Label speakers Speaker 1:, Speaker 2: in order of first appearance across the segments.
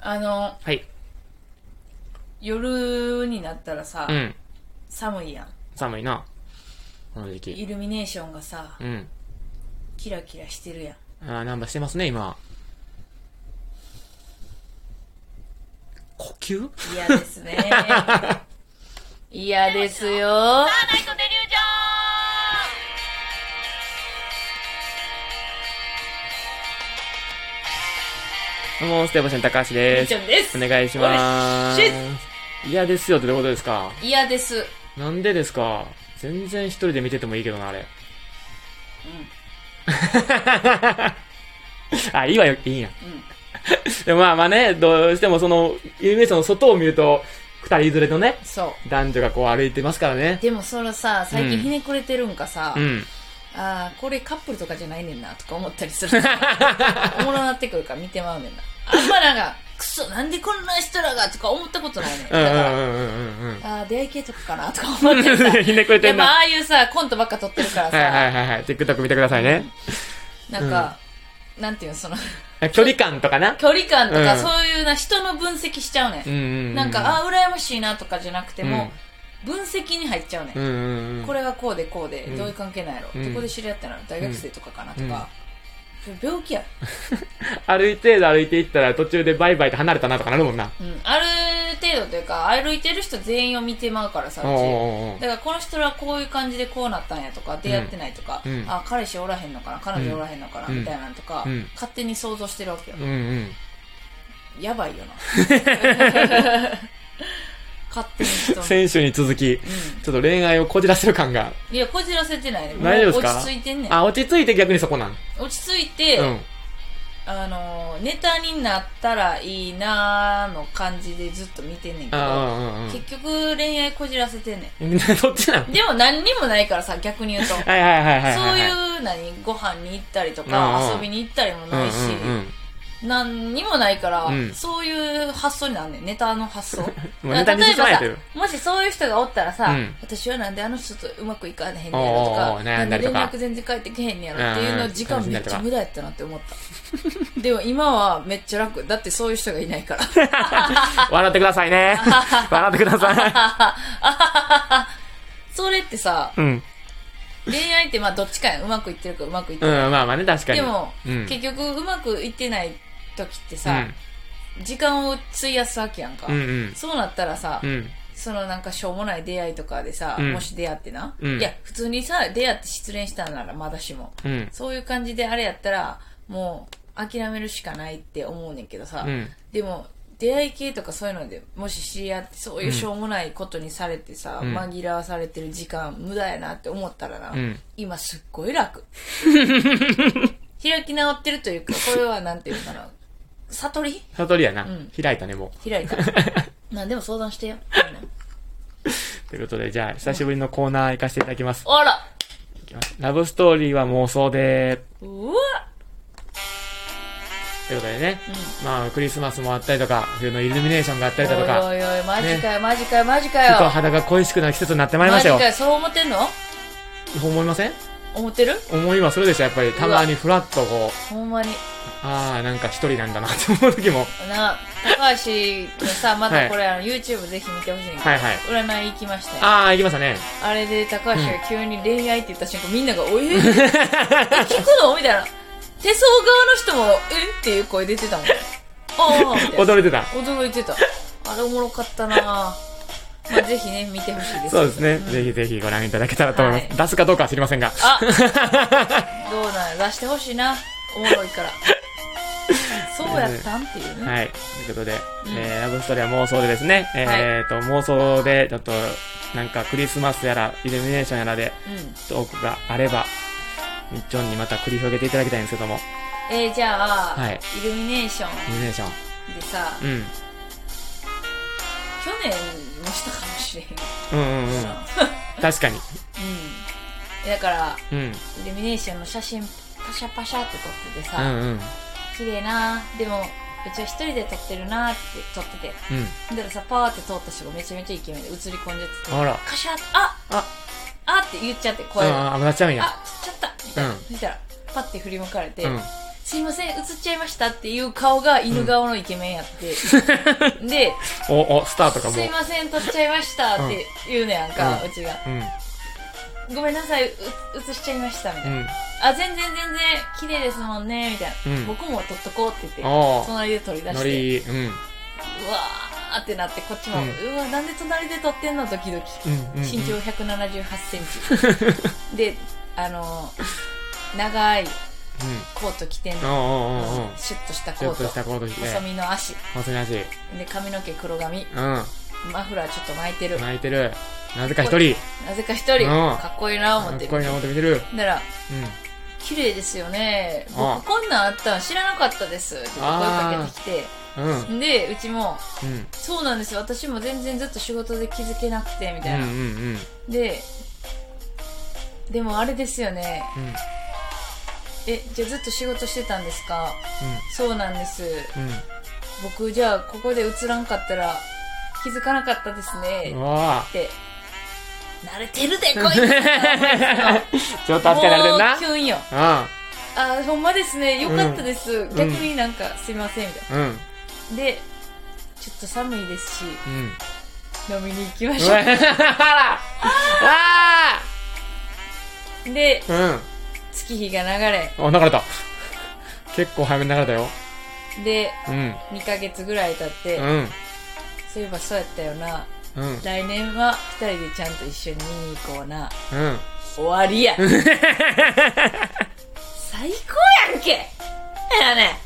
Speaker 1: あの、
Speaker 2: はい。
Speaker 1: 夜になったらさ、
Speaker 2: うん。
Speaker 1: 寒いやん。
Speaker 2: 寒いな。この時期。
Speaker 1: イルミネーションがさ、
Speaker 2: うん。
Speaker 1: キラキラしてるやん。
Speaker 2: あー、ナンバーしてますね、今。呼吸
Speaker 1: 嫌です ね。嫌ですよ。
Speaker 3: ナイトデリュージョ
Speaker 2: どうも、ステーボシャン高橋で
Speaker 1: み
Speaker 2: す
Speaker 1: ちょ。んです
Speaker 2: お。願いしま
Speaker 1: おい
Speaker 2: ーす。嫌ですよってどういうことですか
Speaker 1: 嫌です。
Speaker 2: なんでですか全然一人で見ててもいいけどな、あれ。 あ、いいわよ、いいんや。 でもまあまあね、どうしてもその、イルミネーションの外を見ると、二人連れのね、
Speaker 1: そ
Speaker 2: 男女がこう歩いてますからね
Speaker 1: う。。でもそれさ、最
Speaker 2: う
Speaker 1: 近
Speaker 2: ん
Speaker 1: ひねくれてるんかさ、
Speaker 2: うん。
Speaker 1: ああ、これカップルとかじゃないねんな、とか思ったりす る。おもろなってくるから見てまうねんな。あんまなんか、くそ、なんでこんな人らが、とか思ったことないねん。だ
Speaker 2: う
Speaker 1: か
Speaker 2: んうん
Speaker 1: ら、
Speaker 2: うんうんうん
Speaker 1: ああ、出会い系とかかな、とか思ってさ。
Speaker 2: うん。ひねくれて
Speaker 1: やっ
Speaker 2: ん
Speaker 1: ぱ
Speaker 2: な。
Speaker 1: ああいうさ、コントばっか撮ってるからさ、
Speaker 2: はいはいはいはい。TikTok 見てくださいね。
Speaker 1: なんか、なんていうの、その、
Speaker 2: 距離感とかな。
Speaker 1: 距離感とか、
Speaker 2: うん
Speaker 1: そういうな、人の分析しちゃうねん。
Speaker 2: うんうんうん。
Speaker 1: なんか、ああ、羨ましいなとかじゃなくても、分析に入っちゃうねん。
Speaker 2: うんうんうん。
Speaker 1: これがこうでこうで、
Speaker 2: うん
Speaker 1: どういう関係なんやろ、
Speaker 2: うん
Speaker 1: どこで知り合ったの大学生とかかなと
Speaker 2: うん
Speaker 1: か、それ病気や、
Speaker 2: 歩いて歩いていったら途中でバイバイと離れたなとかなるもんな。
Speaker 1: うん、ある程度というか歩いてる人全員を見てまうからさ
Speaker 2: おう
Speaker 1: うち
Speaker 2: おうおう
Speaker 1: だからこの人らこういう感じでこうなったんやとか出会ってないとか、
Speaker 2: うん
Speaker 1: あ彼氏おらへんのかな彼女おらへんのかな、
Speaker 2: うん
Speaker 1: みたいなのとか、
Speaker 2: うん
Speaker 1: 勝手に想像してるわけよ
Speaker 2: うんうん。
Speaker 1: やばい よな勝手に人の
Speaker 2: 先週に続き、ちょっと恋愛をこじらせる感が。
Speaker 1: いやこじらせてないねもう
Speaker 2: 大丈夫ですか
Speaker 1: 落ち着いてんねん
Speaker 2: あ、落ち着いて逆にそこなん。
Speaker 1: 落ち着いて、
Speaker 2: うん。
Speaker 1: あのネタになったらいいなーの感じでずっと見てんねんけど、
Speaker 2: あー
Speaker 1: 結局恋愛こじらせてんね
Speaker 2: うんうんうん。 そっちなん
Speaker 1: んでも何にもないからさ逆に言うと
Speaker 2: はいはいはいはい。
Speaker 1: そう
Speaker 2: う
Speaker 1: いう何ご飯に行ったりと
Speaker 2: うん
Speaker 1: か
Speaker 2: うん
Speaker 1: 遊びに行ったりも
Speaker 2: んうん
Speaker 1: ないし、
Speaker 2: うん。
Speaker 1: 何にもないから、
Speaker 2: うん
Speaker 1: そういう発想になんねんネタの発 想
Speaker 2: うネタにしてしまえと
Speaker 1: 例
Speaker 2: い
Speaker 1: え
Speaker 2: う
Speaker 1: ばさもしそういう人がおったらさ、
Speaker 2: うん
Speaker 1: 私はなんであの人とうまくいかへんねやろとか
Speaker 2: おーおー
Speaker 1: な
Speaker 2: 悩
Speaker 1: んで
Speaker 2: んだり
Speaker 1: 連
Speaker 2: とか
Speaker 1: 絡全然返ってけへんねやろっていう
Speaker 2: う
Speaker 1: の
Speaker 2: んうん
Speaker 1: 時間めっちゃ無駄やったなって思った でも今はめっちゃ楽だってそういう人がいない から
Speaker 2: 笑ってくださいね。笑ってくださ
Speaker 1: それってさ
Speaker 2: い。うん。
Speaker 1: 恋愛ってまあどっちかやんうまくいってるかうまくいって
Speaker 2: うん、
Speaker 1: ない、
Speaker 2: まあまあね、確かに。
Speaker 1: でも、
Speaker 2: うん、
Speaker 1: 結局うまくいってない時ってさ、時間を費やすわけやんか、
Speaker 2: うん、うん
Speaker 1: そうなったらさ、
Speaker 2: うん。うん。
Speaker 1: そのなんかしょうもない出会いとかでさ、
Speaker 2: うん
Speaker 1: もし出会ってな、
Speaker 2: うん
Speaker 1: いや普通にさ出会って失恋したんならまだしも
Speaker 2: うん。
Speaker 1: そういう感じであれやったらもう諦めるしかないって思うねんけどさ、
Speaker 2: うん。
Speaker 1: でも出会い系とかそういうのでもし知り合ってそういうしょうもないことにされてさ、
Speaker 2: うん
Speaker 1: 紛らわされてる時間無駄やなって思ったらな、
Speaker 2: うん
Speaker 1: 今すっごい 楽開き直ってるというかこれはなんていうのかな悟り
Speaker 2: 悟りやな、
Speaker 1: ん
Speaker 2: 開いたね、もう。
Speaker 1: 開い たなんでも相談してよみんな
Speaker 2: ということで、じゃあ、久しぶりのコーナー行かせていただきます。
Speaker 1: あら
Speaker 2: いきますラブストーリーは妄想で
Speaker 1: うわ
Speaker 2: ーということでね、まあ、クリスマスもあったりとか、冬のイルミネーションがあったりだとか、
Speaker 1: おいおいおいマジかよ、マジかよマジか
Speaker 2: ちょっと
Speaker 1: よ
Speaker 2: 肌が恋しくなる季節になってまいりま
Speaker 1: マ
Speaker 2: し
Speaker 1: ジ
Speaker 2: たよ
Speaker 1: か。よそう思ってんの
Speaker 2: 思いません
Speaker 1: 思ってる
Speaker 2: 思いはするでしょ、やっぱり。たまにフラッとこう、
Speaker 1: ほんまに
Speaker 2: あー、なんか一人なんだなって思う時も。
Speaker 1: な高橋のさまたこれ、あの YouTube ぜひ見てほしいんだけど、
Speaker 2: はいはい
Speaker 1: 占い行きましたよ
Speaker 2: あー、行きましたね。
Speaker 1: あれで高橋が急に恋愛って言った瞬間、みんなが「おええ聞くの?」みたいな手相側の人も「えっ?」ていう声出てたもんああみたいな
Speaker 2: 驚いてた。
Speaker 1: 驚いてたあれおもろかったなまあぜひね見てほしいです
Speaker 2: そうですね。ぜひぜひご覧いただけたらと思います。
Speaker 1: はい
Speaker 2: 出すかどうかは知りませんが。
Speaker 1: あどうなんや出してほしいなおもろいからそうやったんっていうね、
Speaker 2: はい。ということで、えー、ラブストーリーは妄想でですね、えーと、妄想で、ちょっと、なんかクリスマスやら、イルミネーションやらで、
Speaker 1: うん
Speaker 2: トークがあれば、みっちょんにまた繰り広げていただきたいんですけども、
Speaker 1: えー、じゃあ、
Speaker 2: はい
Speaker 1: イルミネーション
Speaker 2: イルミネーション。
Speaker 1: でさ、
Speaker 2: うん。
Speaker 1: 去年もしたかもしれへん
Speaker 2: うんうんうん。確かに。
Speaker 1: うんだから
Speaker 2: うん。
Speaker 1: イルミネーションの写真パシャパシャって撮ってて
Speaker 2: う
Speaker 1: さ、
Speaker 2: んうん。
Speaker 1: 綺麗なでもうちは一人で撮ってるなって撮ってて
Speaker 2: うん。
Speaker 1: だからさパーって通った人がめちゃめちゃイケメンで映り込んじゃってて
Speaker 2: あら。
Speaker 1: カシャってあ
Speaker 2: あ、
Speaker 1: あって言っちゃって
Speaker 2: う
Speaker 1: 声
Speaker 2: ん、
Speaker 1: が
Speaker 2: あ、危なっちゃうんや。
Speaker 1: あちょっとみたいな、
Speaker 2: うん
Speaker 1: そしたらパッて振り向かれて、
Speaker 2: うん。
Speaker 1: すいません、映っちゃいましたっていう顔が犬顔のイケメンや って。で、
Speaker 2: お、お、スタートかも
Speaker 1: す
Speaker 2: う
Speaker 1: い。ません、撮っちゃいましたって言うねやんか、
Speaker 2: う
Speaker 1: うんちが。
Speaker 2: うん。
Speaker 1: ごめんなさい、う映しちゃいました、みたい
Speaker 2: う
Speaker 1: な。
Speaker 2: ん。
Speaker 1: あ、全然全然、綺麗ですもんね、みたいな。
Speaker 2: うん
Speaker 1: 僕も撮っとこうって言って、
Speaker 2: おー
Speaker 1: 隣で撮り出し
Speaker 2: ノ
Speaker 1: て、
Speaker 2: リ、うん。
Speaker 1: うわーってなって、こっちも、
Speaker 2: う
Speaker 1: うんわ、なんで隣で撮ってんの、時々。
Speaker 2: うん。うん。
Speaker 1: 身長178セン チ。で、あのー長いコート着てん
Speaker 2: うん。
Speaker 1: の。
Speaker 2: おうおうおうおう。
Speaker 1: シュッとした
Speaker 2: ち
Speaker 1: コー
Speaker 2: ょっとした
Speaker 1: ト。
Speaker 2: コート着て。
Speaker 1: 細身の足。
Speaker 2: 細身なし。
Speaker 1: で、髪の毛黒髪。
Speaker 2: う
Speaker 1: マフラーちょっと巻いてる
Speaker 2: ん。。泣いてる。なぜか一人。
Speaker 1: なぜか一人、
Speaker 2: うん
Speaker 1: かっこいいな思
Speaker 2: か
Speaker 1: っ
Speaker 2: ってこいい
Speaker 1: る。
Speaker 2: な思って見てる。
Speaker 1: だから、
Speaker 2: うん。
Speaker 1: 綺麗ですよね。
Speaker 2: ああ
Speaker 1: 僕こんなんあったん知らなかったです。って声かけて
Speaker 2: うん。
Speaker 1: きて。で、うちも、
Speaker 2: うん。
Speaker 1: そうなんですよ。私も全然ずっと仕事で気づけなくて、み
Speaker 2: う
Speaker 1: たい
Speaker 2: ん
Speaker 1: な。
Speaker 2: うんうん。
Speaker 1: で、でもあれですよね。
Speaker 2: うん。
Speaker 1: え、じゃあずっと仕事してたんですかそうなんです。
Speaker 2: うん。
Speaker 1: 僕、じゃあここで映らんかったら気づかなかったです
Speaker 2: う
Speaker 1: ね
Speaker 2: ん。。わあ。
Speaker 1: って、慣れてるで、こ いつ
Speaker 2: ちょっと扱い慣れてる
Speaker 1: もうキュンよ。
Speaker 2: な。
Speaker 1: あー、ほんまですね。よかったです。
Speaker 2: ん
Speaker 1: 逆になんか、すいません、みたい
Speaker 2: うん。うん。
Speaker 1: な。で、ちょっと寒いですし、
Speaker 2: うん。
Speaker 1: 飲みに行きま
Speaker 2: う
Speaker 1: し
Speaker 2: わ
Speaker 1: ょ
Speaker 2: あらあ
Speaker 1: う。で、
Speaker 2: ー
Speaker 1: 月日が流れ、
Speaker 2: うん。あ、流れた。結構早めに流れたよ。
Speaker 1: で、
Speaker 2: うん。
Speaker 1: 2ヶ月ぐらい経って、
Speaker 2: うん。
Speaker 1: そういえばそうやったよな。
Speaker 2: うん。
Speaker 1: 来年は2人でちゃんと一緒に見に行こうな。
Speaker 2: うん。
Speaker 1: 終わり や。最高やんけやね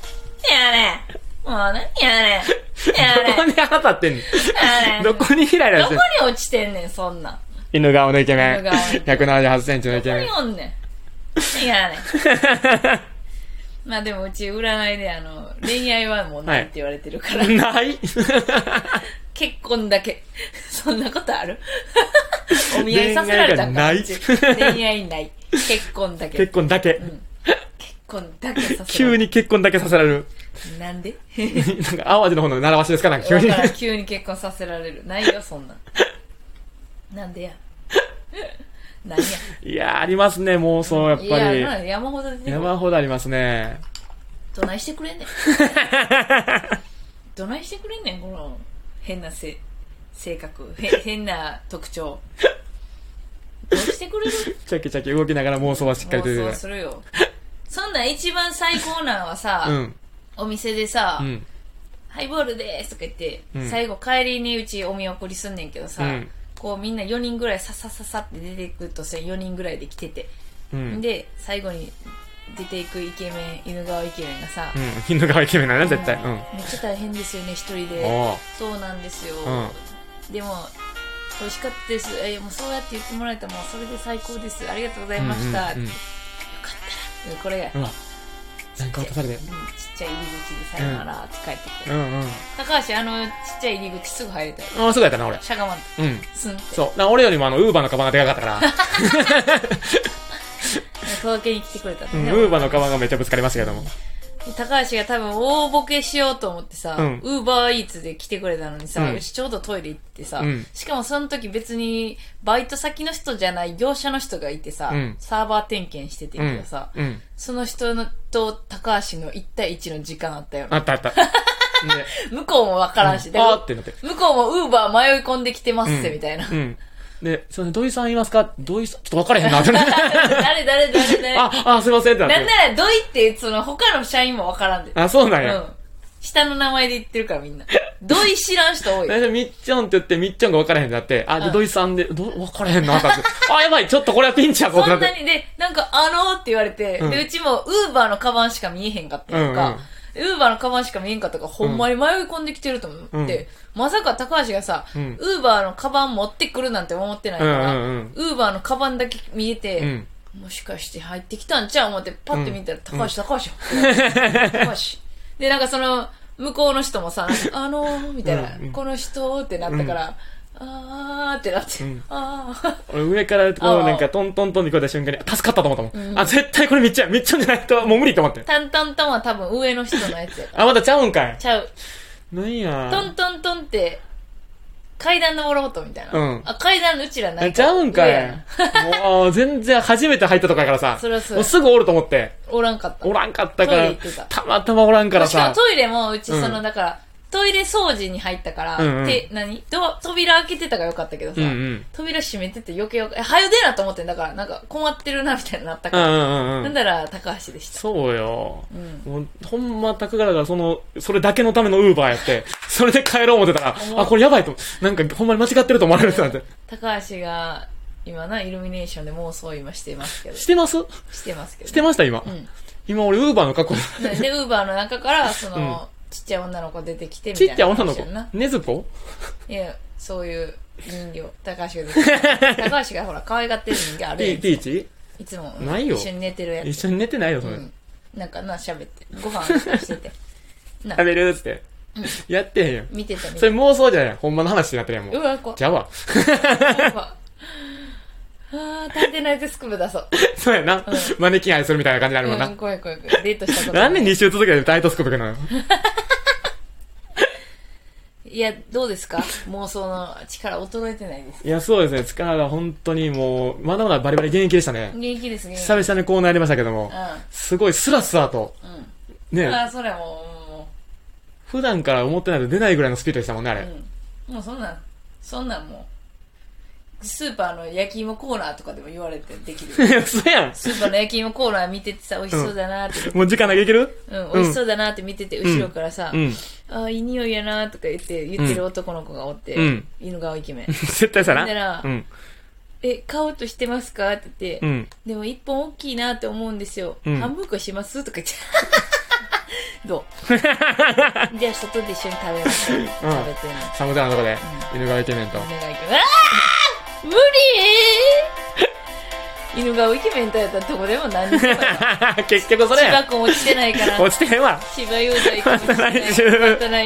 Speaker 1: やねもうね、やね
Speaker 2: ど
Speaker 1: や
Speaker 2: こ
Speaker 1: ね
Speaker 2: に腹立ってん
Speaker 1: や
Speaker 2: の
Speaker 1: ね
Speaker 2: どこにイライラ
Speaker 1: ど
Speaker 2: し
Speaker 1: こ
Speaker 2: てん
Speaker 1: に
Speaker 2: の
Speaker 1: 落ちてんねん、そんなん。
Speaker 2: 犬顔のイケメン。
Speaker 1: 犬顔
Speaker 2: 178センチのイケ
Speaker 1: どこ
Speaker 2: メン
Speaker 1: に。おんねん。い やね。まあでもうち占いであの、恋愛はもうないって言われてるから、
Speaker 2: ない
Speaker 1: 結婚だけ。そんなことあ るお見合いさせられたんか
Speaker 2: 恋愛がないう
Speaker 1: ち恋愛ない。結婚だけ。
Speaker 2: 結
Speaker 1: 結
Speaker 2: 婚だけ。
Speaker 1: 婚だけさせら
Speaker 2: 急
Speaker 1: れ
Speaker 2: に結婚だけさせられる。
Speaker 1: る。なんで
Speaker 2: なんか、淡路の方の習わしですかなんか急
Speaker 1: だ
Speaker 2: に。
Speaker 1: からん急に結婚させられる。ないよ、そんなん。なん でや。なんや。
Speaker 2: いやー、ありますね、妄想、やっ
Speaker 1: い
Speaker 2: ぱ
Speaker 1: や、な
Speaker 2: り。
Speaker 1: んや山ほど出てくる。
Speaker 2: 山ほどありますね。
Speaker 1: どないしてくれんねん。どないしてくれんねん、この変なせ性格 へ、変な特徴。どうしてくれる
Speaker 2: チャキチャキ動きながら妄想はしっかりと出て
Speaker 1: 妄
Speaker 2: る
Speaker 1: 想。するよ。そんなん一番最高なのはさ、
Speaker 2: うん。
Speaker 1: お店でさ、
Speaker 2: うん。
Speaker 1: ハイボールですとか言って、
Speaker 2: うん
Speaker 1: 最後帰りにうちお見送りすんねんけどさ、
Speaker 2: うん
Speaker 1: こうみんな4人ぐらいささささって出てくるとさ、4人ぐらいで来てて。
Speaker 2: うん。
Speaker 1: で、最後に出ていくイケメン、犬顔イケメンがさ、
Speaker 2: うん。犬顔イケメンだな、絶対。うん。
Speaker 1: めっちゃ大変ですよね、一人で。
Speaker 2: おー
Speaker 1: そうなんですよ、
Speaker 2: う
Speaker 1: でも美味しかったですえもうそうやって言ってもらえたらもうそれで最高ですありがとうございました、
Speaker 2: うん
Speaker 1: よ
Speaker 2: うんうん
Speaker 1: かったらこれが、
Speaker 2: うわ。なんか渡されて
Speaker 1: うん。ちっちゃい入り口でさよならって帰ってく
Speaker 2: う
Speaker 1: る、
Speaker 2: んうん。
Speaker 1: 高橋あのちっちゃい入り口すぐ入れたよ
Speaker 2: ああ、そうだったな、俺。
Speaker 1: しゃがまんと
Speaker 2: うん。
Speaker 1: すんって
Speaker 2: そう。な俺よりもあの、ウーバーのカバンがでかかったから、
Speaker 1: 届けに来てくれたんだよ
Speaker 2: うん、
Speaker 1: ね
Speaker 2: ウーバーのカバンがめっちゃぶつかりましたけども。
Speaker 1: 高橋が多分大ボケしようと思ってさ、
Speaker 2: うん
Speaker 1: ウーバーイーツで来てくれたのにさ、
Speaker 2: う
Speaker 1: うんちちょうどトイレ行ってさ、
Speaker 2: うん
Speaker 1: しかもその時別にバイト先の人じゃない業者の人がいてさ、
Speaker 2: うん
Speaker 1: サーバー点検してて
Speaker 2: うん
Speaker 1: けど
Speaker 2: ん
Speaker 1: さ、。
Speaker 2: うん。
Speaker 1: その人のと高橋の1対1の時間あったよ
Speaker 2: あ
Speaker 1: な。
Speaker 2: ったあった。で、
Speaker 1: 向こうもわからんし、
Speaker 2: うん
Speaker 1: だから
Speaker 2: あーってなって。
Speaker 1: 向こうもウーバー迷い込んできてますって、みたいな
Speaker 2: う。ん。で、すいません、土井さんいますか土井さん、ちょっと分かれへんな、ってなって
Speaker 1: 誰誰誰誰
Speaker 2: あ、あ、すいません、ってなっ
Speaker 1: なん
Speaker 2: て。
Speaker 1: ならドイって、その他の社員もわからんで。
Speaker 2: あ、そうなん
Speaker 1: う
Speaker 2: や。
Speaker 1: ん。下の名前で言ってるからみんな。ドイ知らん人多い。
Speaker 2: 大体みっちゃんって言って、みっちゃんが分からへんってなって、あ、で、土井さんで、ど、分からへんな、ってなって。あ、やばい、ちょっとこれはピンチやぞ、っ
Speaker 1: そ
Speaker 2: てなっ
Speaker 1: んな
Speaker 2: て。
Speaker 1: に、で、なんか、あのーって言われて、
Speaker 2: うん
Speaker 1: で、うちも、ウーバーのカバンしか見えへんかったやんか、ウーバーのカバンしか見えんかったから、ほんまに迷い込んできてると思って、まさか高橋がさ、
Speaker 2: うん
Speaker 1: ウーバーのカバン持ってくるなんて思ってないから、
Speaker 2: うんうん
Speaker 1: ウーバーのカバンだけ見えて、
Speaker 2: うん。
Speaker 1: もしかして入ってきたんちゃう思って、パッて見たら、高橋、高橋、高橋。で、なんかその、向こうの人も さ、あのー、みたいな、
Speaker 2: うんうん
Speaker 1: この人ってなったから、あーってなって、
Speaker 2: うん
Speaker 1: あー。
Speaker 2: 俺上から、こ
Speaker 1: あ
Speaker 2: う、
Speaker 1: ー
Speaker 2: なんか、トントントンって聞こえた瞬間に、あ助かったと思ったもん。あ、絶対これみっちゃん、みっちゃんじゃないと、もう無理と思って。
Speaker 1: タンタンタンは多分上の人のやつやから。
Speaker 2: あ、まだちゃうんかい。
Speaker 1: ちゃう。
Speaker 2: なんや。
Speaker 1: トントントンって、階段登ろうと、みたいな。
Speaker 2: うん
Speaker 1: あ、階段、うちらない
Speaker 2: ちゃうんか
Speaker 1: 上や
Speaker 2: い。もう、全然初めて入ったとこやからさ。
Speaker 1: そりゃそうや
Speaker 2: もうすぐおると思って。
Speaker 1: おらんかった。
Speaker 2: おらんかったから
Speaker 1: トイレ行ってた、
Speaker 2: たまたまおらんから
Speaker 1: しか
Speaker 2: さ
Speaker 1: も。トイレも、うち、
Speaker 2: うん
Speaker 1: その、だから、トイレ掃除に入ったから、
Speaker 2: うんうん
Speaker 1: て、何ドア、扉開けてたからよかったけどさ、
Speaker 2: うんうん
Speaker 1: 扉閉めてて余計よか、え、はよ出なと思ってんだから、なんか困ってるな、みたいになった
Speaker 2: う
Speaker 1: か
Speaker 2: ん
Speaker 1: ら。
Speaker 2: うんう
Speaker 1: なん
Speaker 2: ん。
Speaker 1: だら、高橋で した。
Speaker 2: そうよ。
Speaker 1: うん。
Speaker 2: もう、ほんま、たくがらが、その、それだけのためのウーバーやって、 それで帰ろう思ってたら、あ、これやばいと、なんか、ほんまに間違ってると思われるってなって。
Speaker 1: 高橋が、今な、イルミネーションで妄想今してますけど。
Speaker 2: してます
Speaker 1: してますけど。
Speaker 2: してました、今。
Speaker 1: うん。
Speaker 2: 今、俺、ウーバーの格好
Speaker 1: で、ウーバーの中から、その、
Speaker 2: うん
Speaker 1: ちっちゃい女の子出てきてみた
Speaker 2: ち
Speaker 1: い
Speaker 2: っ
Speaker 1: な。
Speaker 2: ちゃい女の子
Speaker 1: ない。
Speaker 2: ねずこ
Speaker 1: や、そういう人形。高橋が出てき て。高橋がほら、可愛がってる人形あ
Speaker 2: ピ
Speaker 1: る
Speaker 2: ピーチ
Speaker 1: いつも。
Speaker 2: ないよ
Speaker 1: 一緒に寝てるや
Speaker 2: 一
Speaker 1: つ。
Speaker 2: 緒に寝てないよ、それ。
Speaker 1: うん。なんかな、喋って。ご飯してて。な
Speaker 2: 食、べるっつって。やってへんやん。
Speaker 1: 見てた見
Speaker 2: それ
Speaker 1: て
Speaker 2: 妄想じゃない。ほんまの話になってるやん、も
Speaker 1: た。う
Speaker 2: う。
Speaker 1: わ、こ
Speaker 2: じゃあわ。
Speaker 1: やば。あー、探偵ナイトスクープ出そう。
Speaker 2: そうやな。マネキン愛するみたいな感じになるもん
Speaker 1: う
Speaker 2: な。
Speaker 1: ん、怖い怖い怖い。デートしたこと
Speaker 2: なんで2週続けてタイトスコープ行くの
Speaker 1: いや、どうですか妄想の力衰えてないです。
Speaker 2: いや、そうですね。力が本当にもう、まだまだバリバリ現役でしたね。
Speaker 1: 現役です、現役。
Speaker 2: 久々にこうなりましたけども。すごいスラスラと。
Speaker 1: うん。うん。あ
Speaker 2: ね、
Speaker 1: あ、それはも
Speaker 2: 普段から思ってないと出ないぐらいのスピードでしたもんね、あ
Speaker 1: う、も
Speaker 2: れ
Speaker 1: う、。うん。もうそんなん、そんなんもう、スーパーの焼き芋コーナーとかでも言われてで きる。
Speaker 2: そうやん。
Speaker 1: スーパーの焼き芋コーナー見ててさ、美味しそうだなって、
Speaker 2: もう時間投げいける
Speaker 1: うん、美味しそうだなって見てて、後ろからさ、
Speaker 2: うん。
Speaker 1: ああ、いい匂いやなとか言って、言ってる男の子がおって、
Speaker 2: うん。
Speaker 1: 犬顔イケメン
Speaker 2: 絶対さな。
Speaker 1: ほんなら
Speaker 2: うん。
Speaker 1: え、買おうとしてますかって言って、
Speaker 2: うん。
Speaker 1: でも一本大きいなって思うんですよ。
Speaker 2: うん
Speaker 1: 半分こしますとか言 っちゃどうじゃあ外で一緒に食べます。食べてね。
Speaker 2: サムダーのとこで、犬がイケメンと
Speaker 1: お。願いけああ無理犬がイケメンとやったらどこでも何にもやな
Speaker 2: 結局それ
Speaker 1: 芝
Speaker 2: や。
Speaker 1: 君落ちてないから。
Speaker 2: 落ちてへんわ。
Speaker 1: 芝雄大君落ちてない。
Speaker 2: また来週
Speaker 1: また来週。